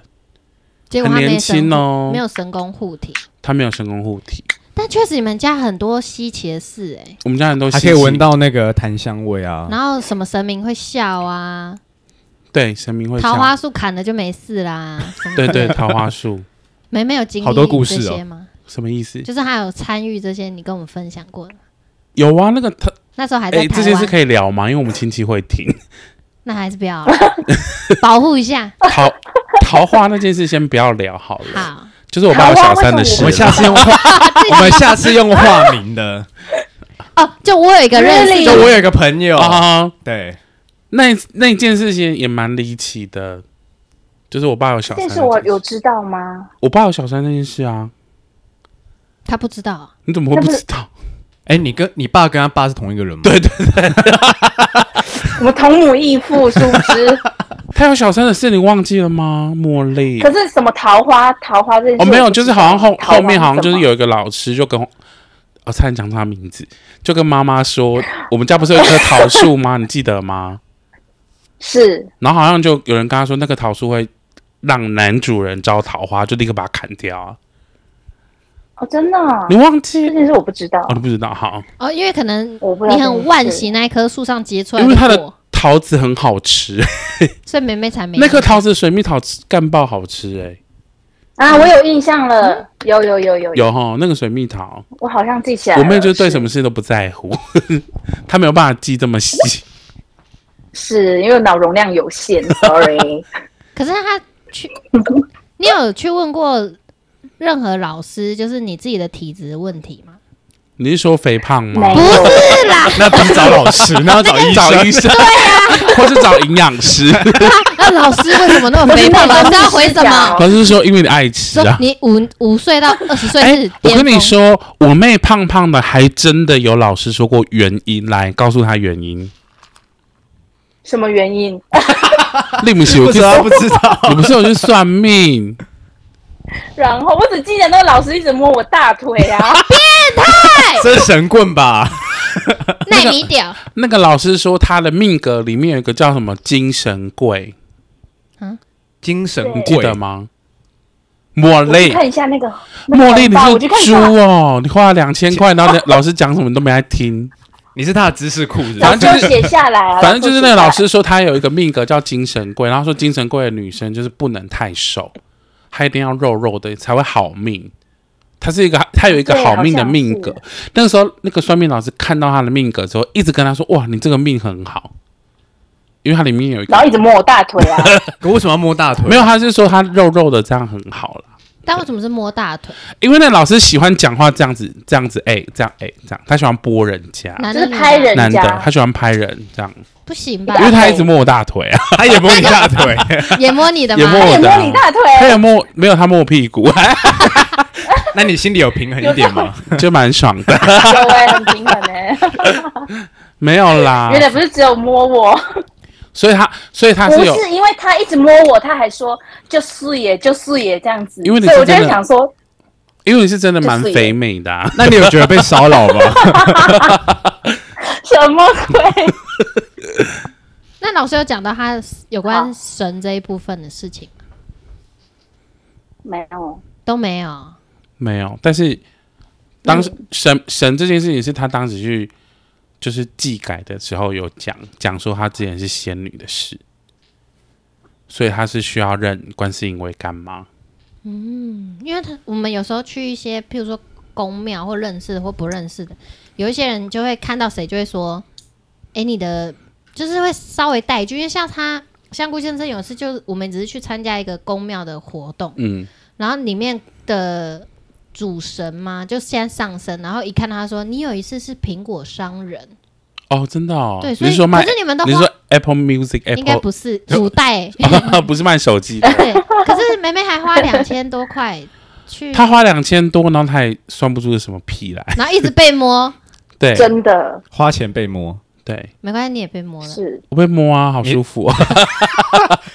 Speaker 2: 结果
Speaker 1: 很
Speaker 2: 他
Speaker 1: 年
Speaker 2: 没神
Speaker 1: 轻
Speaker 2: 功
Speaker 1: 哦
Speaker 2: 没有神功护体，
Speaker 1: 他没有神功护体，
Speaker 2: 但确实你们家很多稀奇的事哎、
Speaker 1: 我们家人都
Speaker 3: 还可以闻，到那个檀香味啊。
Speaker 2: 然后什么神明会笑啊，
Speaker 1: 对，神明会
Speaker 2: 桃
Speaker 1: 笑
Speaker 2: 花，树砍了就没事啦。
Speaker 1: <laughs>
Speaker 2: 什么
Speaker 1: 对对，桃花树
Speaker 2: 妹妹有经历
Speaker 3: 好多故事哦
Speaker 2: 这些吗？
Speaker 1: 什么意思？
Speaker 2: <laughs> 就是还有参与这些，你跟我们分享过的吗。
Speaker 1: 有啊，那个他
Speaker 2: 那时候还在
Speaker 1: 哎，
Speaker 2: 台
Speaker 1: 这些
Speaker 2: 湾，
Speaker 1: 是可以聊吗？因为我们亲戚会听。
Speaker 2: 那还是不要了，保护一下。
Speaker 1: 桃 <laughs> 桃花那件事先不要聊好了，
Speaker 2: 好，
Speaker 1: 就是我爸有小三的
Speaker 3: 我
Speaker 1: 事了。
Speaker 3: 们下次 <laughs> 用化，我们下次用化名 <laughs> 的。
Speaker 2: 哦，就我有一个
Speaker 1: <laughs>
Speaker 2: 认识
Speaker 4: Really？
Speaker 3: 就我有一个朋友，
Speaker 1: 啊，
Speaker 3: 对，
Speaker 1: 那那件事情也蛮离奇的，就是我爸有小三
Speaker 4: 但
Speaker 1: 那
Speaker 4: 是
Speaker 1: 件事，
Speaker 4: 我有知道吗？
Speaker 1: 我爸有小三那件事啊，
Speaker 2: 他不知道，哦
Speaker 1: 你怎么会不知道？ <laughs>
Speaker 3: 哎，你跟你爸跟他爸是同一个人吗？
Speaker 1: 对对，
Speaker 4: 我们同母异父，殊不
Speaker 1: <laughs>
Speaker 4: 知。
Speaker 1: 他有小三的事你忘记了吗？茉莉
Speaker 4: 可是什么桃花，桃花这件事
Speaker 1: 哦，没有，就是好像后
Speaker 4: 桃花
Speaker 1: 后面好像就是
Speaker 4: 什么
Speaker 1: 有一个老师就跟我。哦，差点讲出他名字，就跟妈妈说， <laughs> 我们家不是有一棵桃树吗？你记得吗？
Speaker 4: 是
Speaker 1: 然后好像就有人跟他说，那个桃树会让男主人招桃花，就立刻把它砍掉啊。
Speaker 4: 哦，真的哦
Speaker 1: 你忘记
Speaker 4: 这件事我不知道
Speaker 1: 哦，，你不知道哈，
Speaker 2: 哦，因为可能
Speaker 4: 我不知道
Speaker 2: 你
Speaker 4: 这件事。
Speaker 2: 很惋惜那一棵树上结出来
Speaker 1: 因为它的
Speaker 2: 果，
Speaker 1: 桃子很好吃，
Speaker 2: 所以妹妹才没
Speaker 1: 那颗桃子水蜜桃吃干爆好吃哎、
Speaker 4: 啊，我有印象
Speaker 1: 嗯
Speaker 4: 了，有有有有，
Speaker 1: 有哈，那个水蜜桃，
Speaker 4: 我好像记起来了。
Speaker 1: 我妹就对什么事都不在乎， <laughs> 她没有办法记这么细。
Speaker 4: 是？是因为脑容量有限
Speaker 1: <laughs>
Speaker 4: ，sorry。
Speaker 2: 可是他去，你有去问过任何老师，就是你自己的体质问题吗？
Speaker 1: 你是说肥胖吗？
Speaker 4: 没
Speaker 2: 不
Speaker 4: 有，
Speaker 2: 是啦，
Speaker 3: 那不是找老师，那要找医
Speaker 1: 找
Speaker 3: 生
Speaker 1: 医。 <laughs> 生，或是找营养师。
Speaker 2: 那老师为什么那么肥胖？
Speaker 4: 不是那啊
Speaker 2: 老
Speaker 4: 个
Speaker 2: 师要回什么？
Speaker 1: 老师说，因为你爱吃
Speaker 2: 说
Speaker 1: 啊。哎
Speaker 2: 你五五岁到二十岁是
Speaker 1: 我
Speaker 2: 巅
Speaker 1: 跟你
Speaker 2: 峰，
Speaker 1: 说，我妹胖胖的，还真的有老师说过原因，来告诉她原因。
Speaker 4: 什么原因？ <laughs>
Speaker 1: 对不起，我
Speaker 3: 不
Speaker 1: 去
Speaker 3: 知，道，不知道。
Speaker 1: 我不是有去算命，
Speaker 4: 然后我只记得那个老师一直摸我大腿
Speaker 1: <laughs>
Speaker 4: 啊，
Speaker 3: <laughs> 这是神棍吧？
Speaker 2: 耐米屌，
Speaker 1: 那个老师说他的命格里面有一个叫什么精神贵，
Speaker 3: 精神
Speaker 1: 你
Speaker 4: 你
Speaker 1: 记得吗？茉
Speaker 4: 我去
Speaker 1: 莉，
Speaker 4: 看一下那个那个
Speaker 1: 茉莉，
Speaker 4: 红包我去
Speaker 1: 你
Speaker 4: 看一
Speaker 1: 是猪
Speaker 4: 下
Speaker 1: 哦！你花了两千块，然后老师讲什么你都没在听。
Speaker 3: 你是他的知识库是不是，
Speaker 1: 反正
Speaker 4: 早
Speaker 1: 就是
Speaker 4: 就写下来啊。
Speaker 1: 反正就是那个
Speaker 4: 早
Speaker 1: 老
Speaker 4: 写下
Speaker 1: 师
Speaker 4: 来
Speaker 1: 说他有一个命格叫精神贵，然后说精神贵的女生就是不能太瘦，她一定要肉肉的才会好命。她是一个，她有一个
Speaker 4: 对
Speaker 1: 好命的
Speaker 4: 好像
Speaker 1: 命格。那个时候，那个算命老师看到她的命格之后，一直跟她说：“哇，你这个命很好。”因为它里面有一个
Speaker 4: 然后一直摸我大腿
Speaker 1: <laughs>
Speaker 4: 啊，
Speaker 3: 可为什么要摸大腿？
Speaker 1: 没有，，他是说他肉肉的这样很好啦，
Speaker 2: 但为什么是摸大腿？
Speaker 1: 因为那老师喜欢讲话这样子，这样子，哎、这样，哎、这样，他喜欢拨人家，
Speaker 2: 男
Speaker 4: 就
Speaker 2: 的
Speaker 4: 是
Speaker 2: 女
Speaker 4: 拍
Speaker 2: 的
Speaker 4: 人
Speaker 1: 男的，
Speaker 4: 家
Speaker 1: 他，喜欢拍人这样，
Speaker 2: 不行吧
Speaker 1: 因？为他一直摸我大腿啊，
Speaker 3: 他也摸你大腿。 <laughs>
Speaker 2: 也摸你的
Speaker 1: 也摸
Speaker 4: 他
Speaker 1: 我
Speaker 4: 也
Speaker 2: 吗？
Speaker 1: 的啊
Speaker 4: 哎摸你
Speaker 1: <laughs>
Speaker 4: 大腿，
Speaker 1: 他有摸我，没有他摸我屁股， <laughs>
Speaker 3: 那你心里有平衡一点吗？
Speaker 1: 就蛮爽的，
Speaker 4: 有哎，很平衡哎。
Speaker 1: 没有啦
Speaker 4: 原，来不是只有摸我，
Speaker 1: 所以他，所 <laughs> 以他
Speaker 4: 不
Speaker 1: 是有，
Speaker 4: 是因为他一直摸我，他还说就是也就是也这样子，
Speaker 1: 因为你
Speaker 4: 所以我
Speaker 1: 是
Speaker 4: 就
Speaker 1: 真
Speaker 4: 在
Speaker 1: 的
Speaker 4: 想说，
Speaker 1: 因为你是真的蛮
Speaker 4: 就是耶
Speaker 1: 肥美的、啊，
Speaker 3: <laughs> 那你有觉得被骚扰吗？
Speaker 4: 什么鬼？ <laughs>
Speaker 2: 那老师有讲到他有关
Speaker 4: 哦
Speaker 2: 神这一部分的事情吗
Speaker 4: 没有，
Speaker 2: 都没有。
Speaker 1: 没有，但是当时神神这件事情是他当时去就是祭改的时候有讲讲说他之前是仙女的事，所以他是需要认观世音为干妈。
Speaker 2: 因为他我们有时候去一些，譬如说公庙或认识的或不认识的，有一些人就会看到谁就会说：“哎、你的就是会稍微带一句。”因为像他香菇先生有一次就是我们只是去参加一个公庙的活动，
Speaker 1: 嗯，
Speaker 2: 然后里面的主神嘛，就现在上身，然后一看他说：“你有一次是苹果商人，
Speaker 1: 哦，真的哦，
Speaker 2: 对，
Speaker 1: 你
Speaker 2: 所以
Speaker 1: 是说卖
Speaker 2: 可？是你们都
Speaker 1: 你是
Speaker 2: 花
Speaker 1: 说 Apple Music
Speaker 2: 应该
Speaker 1: <laughs> Apple？哦
Speaker 2: 不是主带、
Speaker 1: 不是卖手机的，
Speaker 2: 对，可是梅梅还花两千多块去，
Speaker 1: 他花两千多，然后他也算不出是什么屁
Speaker 2: <laughs>
Speaker 1: 来。
Speaker 2: 然后一直被摸。”
Speaker 1: 对
Speaker 4: 真的
Speaker 3: <laughs> 花钱被 <laughs> 摸，
Speaker 1: 对，
Speaker 2: 没关系，你也被摸了。
Speaker 4: 是
Speaker 1: 我被摸啊，好舒服啊。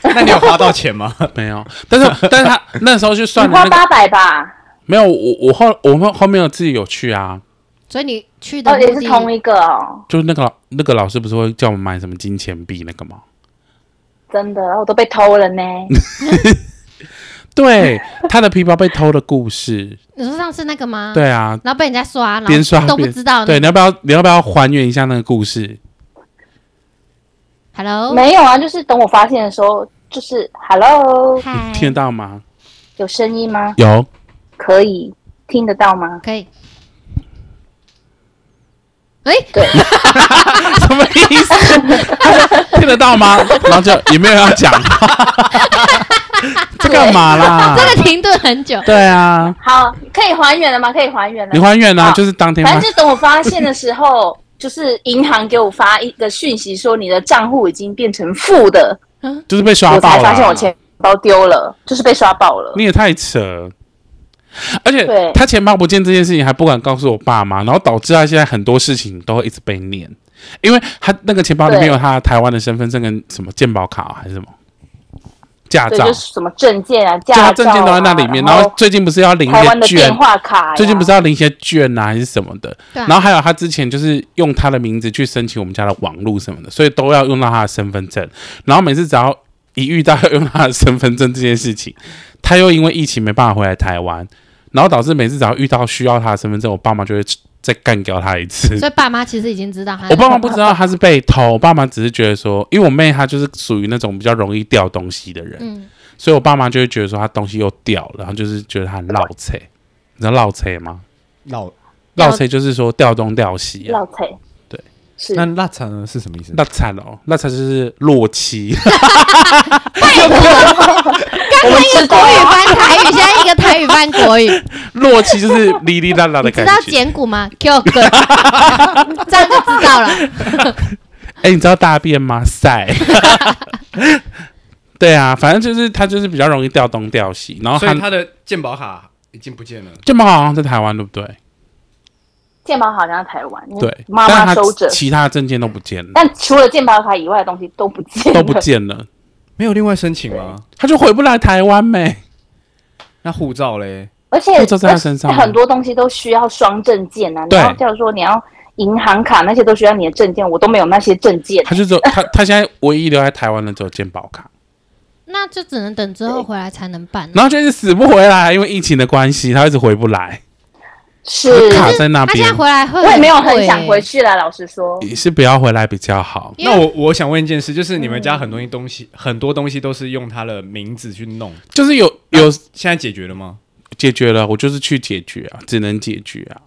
Speaker 3: 那你有花到钱吗？
Speaker 1: 没有，但是但是他那时候就
Speaker 4: 你
Speaker 1: 算了
Speaker 4: 花
Speaker 1: 那个
Speaker 4: 八百吧，
Speaker 1: 没有，我我后我们后面有自己有去啊，
Speaker 2: 所以你去的
Speaker 4: 哦，
Speaker 2: 目
Speaker 4: 也
Speaker 2: 的
Speaker 4: 是同一个哦，
Speaker 1: 就那个老那个老师不是会叫我们
Speaker 4: <laughs>
Speaker 1: 买什么金钱币那个吗？
Speaker 4: 真的，我都被偷了呢。
Speaker 1: 对，他的皮包被偷的故事，
Speaker 2: 你说上次那个
Speaker 4: 嗯
Speaker 2: 吗？，
Speaker 1: 对啊，
Speaker 2: 然后被人家刷，然
Speaker 1: 边刷
Speaker 2: 后都不
Speaker 1: 边
Speaker 2: 知道。
Speaker 1: 对，你要不要你要不要还原一下那个故事？
Speaker 2: ，Hello，
Speaker 4: <laughs> 没有啊，就是等我发现的时候，就是 Hello，
Speaker 2: 嗨，
Speaker 1: 听得到吗？
Speaker 4: 有声音吗？
Speaker 1: 有，
Speaker 4: 可以听得到吗？
Speaker 2: 可以。哎，
Speaker 1: <laughs> 什么意思？他 <laughs> 说听得到吗？然后就也没有要
Speaker 4: <laughs>
Speaker 1: 讲，这干嘛啦？
Speaker 2: <laughs> 这个停顿很久，
Speaker 1: 对啊，
Speaker 4: 好，可以还原了吗？可以还原了。
Speaker 1: 你还原啊，
Speaker 4: 好
Speaker 1: 就是当天
Speaker 4: 反
Speaker 1: 吗
Speaker 4: 正？就等我发现的时候，就是银行给我发一个讯息说你的账户已经变成负的，
Speaker 1: 就是被 <laughs> 刷
Speaker 4: 我
Speaker 1: 爆
Speaker 4: 才
Speaker 1: 了。
Speaker 4: 发现我钱包丢了，就是被刷爆了。
Speaker 1: 你也太扯。而且
Speaker 4: 对
Speaker 1: 他钱包不见这件事情还不敢告诉我爸妈，然后导致他现在很多事情都会一直被念，因为他那个钱包里面
Speaker 4: 对
Speaker 1: 有他的台湾的身份证跟什么健保卡还是什么驾
Speaker 4: 对，
Speaker 1: 照
Speaker 4: 就是，什么证件啊、
Speaker 1: 就他
Speaker 4: 驾照、
Speaker 1: 证
Speaker 4: 啊、
Speaker 1: 件都在那里面。然后最近不是要领一
Speaker 4: 台湾
Speaker 1: 些
Speaker 4: 的电
Speaker 1: 券，
Speaker 4: 话哎卡、呀
Speaker 1: 最近不是要领一些券啊还是什么的，
Speaker 2: 对啊
Speaker 1: 然后还有他之前就是用他的名字去申请我们家的网络什么的，所以都要用到他的身份证。然后每次只要一遇到要用他的身份证这件事情，他又因为疫情没办法回来台湾，然后导致每次只要遇到需要他的身份证，我爸妈就会再干掉他一次。
Speaker 2: 所以爸妈其实已经知道他。
Speaker 1: 我爸妈不知道他是被偷，我爸妈只是觉得说，因为我妹她就是属于那种比较容易掉东西的人，
Speaker 2: 嗯，
Speaker 1: 所以我爸妈就会觉得说她东西又掉了，然后就是觉得她很落车。你知道落车吗？
Speaker 3: 老
Speaker 1: 落车就是说掉东掉西、啊，
Speaker 4: 老蔡，
Speaker 1: 对，
Speaker 4: 是
Speaker 3: 那辣茶呢是什么意思？
Speaker 1: 那惨哦，那才就是落期。
Speaker 4: 我们
Speaker 2: 一
Speaker 4: 知
Speaker 2: 个
Speaker 4: 道
Speaker 2: 国语
Speaker 4: 啊
Speaker 2: 翻台语，现在一个台语翻
Speaker 1: <laughs>
Speaker 2: 国语，
Speaker 1: <laughs> 落期就是哩哩啦啦的
Speaker 2: 你知
Speaker 1: 感
Speaker 2: 道
Speaker 1: 觉。
Speaker 2: 简骨吗？Q 哥，
Speaker 1: <laughs>
Speaker 2: 这样就知道了。
Speaker 1: 哎、你知道大便吗？
Speaker 2: <laughs>
Speaker 1: 塞。对啊，反正就是他就是比较容易掉东掉西，然后
Speaker 3: 所
Speaker 1: 他
Speaker 3: 以他的健保卡已经不见了。
Speaker 1: 这么好像在台湾对不对？
Speaker 4: 健保好像在台湾，
Speaker 1: 对，
Speaker 4: 妈
Speaker 1: 但
Speaker 4: 妈
Speaker 1: 是
Speaker 4: 收
Speaker 1: 他
Speaker 4: 着，
Speaker 1: 其他的证件都不见
Speaker 2: <laughs>
Speaker 1: 了，
Speaker 4: 但除了健保卡以外的东西都不见了，
Speaker 1: 都不见了，
Speaker 3: 没有另外申请吗？
Speaker 1: 他就回不来台湾没。
Speaker 3: 那护照嘞？
Speaker 4: <laughs> 而且
Speaker 1: 护照在他身上
Speaker 4: 而且很多东西都需要双证件啊。你
Speaker 1: 对
Speaker 4: 要假如说你要银行卡那些都需要你的证件，我都没有那些证件。
Speaker 1: 他就只有他他现在唯一留在台湾的只有健保卡，
Speaker 2: 那就只能等之后回来才能办。
Speaker 1: 然后就是死不回来，因为疫情的关系，他一直回不来，
Speaker 4: 是，
Speaker 1: 卡在那
Speaker 2: 他现在
Speaker 1: 边。
Speaker 2: 回来会，
Speaker 4: 我也没有很想回。去啦，老实说。
Speaker 1: 也是不要回来比较好。
Speaker 2: 因
Speaker 3: 那
Speaker 2: 为嗯
Speaker 3: 我我想问一件事，就是你们家很多东西，很多东西都是用他的名字去弄，
Speaker 1: 就是有有
Speaker 3: 现在解决了吗？
Speaker 1: 解决了，我就是去解决啊，只能解决啊。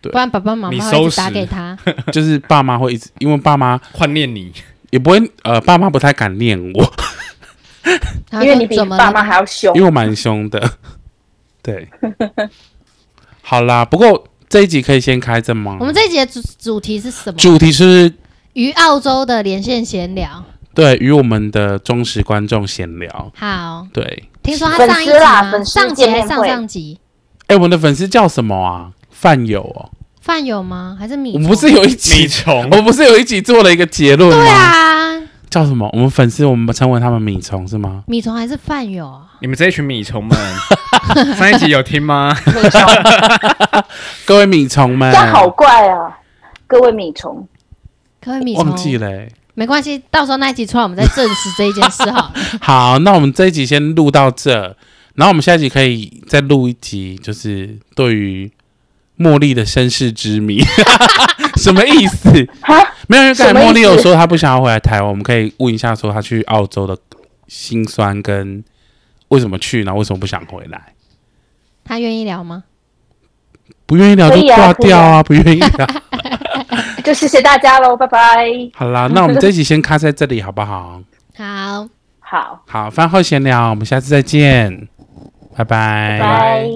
Speaker 1: <laughs>
Speaker 2: 不然爸爸妈
Speaker 3: 你
Speaker 2: 妈
Speaker 3: 收
Speaker 2: 会一
Speaker 3: 拾
Speaker 2: 直打给他。
Speaker 1: 就是爸妈会一直，因为爸妈
Speaker 3: 换念 <laughs> 你，
Speaker 1: 也不会，呃，爸妈不太敢念我，
Speaker 2: 因
Speaker 4: 因为你比
Speaker 2: 怎么
Speaker 4: 爸妈还要凶
Speaker 1: 因，为我蛮凶的。对， <laughs> 好啦，不过这一集可以先开着吗？
Speaker 2: 我们这一节主主题是什么？
Speaker 1: 主题是
Speaker 2: 与澳洲的连线闲聊。
Speaker 1: 对与我们的忠实观众闲聊。
Speaker 2: 好，
Speaker 1: 对，
Speaker 2: 听说他
Speaker 4: 粉
Speaker 2: 上一集
Speaker 4: 丝啦
Speaker 2: 吗
Speaker 4: 粉丝
Speaker 2: 上集
Speaker 4: 见
Speaker 2: 还
Speaker 4: 面
Speaker 2: 上
Speaker 4: 会
Speaker 2: 上集，
Speaker 1: 哎、我们的粉丝叫什么啊？饭友哦，
Speaker 2: 饭有吗？还是米
Speaker 1: 我
Speaker 2: 虫？
Speaker 1: 们不是有一集
Speaker 3: 米，
Speaker 1: <laughs>
Speaker 3: 虫
Speaker 1: 我，们不是有一集做了一个结论吗？
Speaker 2: 对啊，
Speaker 1: 叫什么？我们粉丝我们称为他们米虫是吗？
Speaker 2: 米虫还是饭友啊？
Speaker 3: 你们这一群米虫们，上一集有听吗？
Speaker 4: 米虫，
Speaker 1: 各位米虫们，
Speaker 4: 这样好怪啊！各位米虫，
Speaker 2: 各位米虫，
Speaker 1: 忘记了欸、
Speaker 2: 没关系，到时候那一集出来，我们再证实这一件事好了。
Speaker 1: 好，那我们这一集先录到这，然后我们下一集可以再录一集，就是对于茉莉的身世之谜， <laughs> 什么意思？
Speaker 4: 哈，
Speaker 1: 没有，因为刚才
Speaker 4: 什么意
Speaker 1: 茉
Speaker 4: 思
Speaker 1: 莉有说她不想要回来台湾，我们可以问一下说她去澳洲的辛酸跟为什么去，然后为什么不想回来。
Speaker 2: 他愿意聊吗？
Speaker 1: 不愿意聊就
Speaker 4: 可以啊
Speaker 1: 挂
Speaker 4: 可以
Speaker 1: 掉
Speaker 4: 啊
Speaker 1: 啊！不愿意
Speaker 4: <laughs>
Speaker 1: 聊。
Speaker 4: 就谢谢大家喽，拜拜。
Speaker 1: 好啦，那我们这一集先卡在这里好不好？
Speaker 2: 好，
Speaker 4: 好，
Speaker 1: 好，饭后闲聊，我们下次再见，拜
Speaker 4: 拜。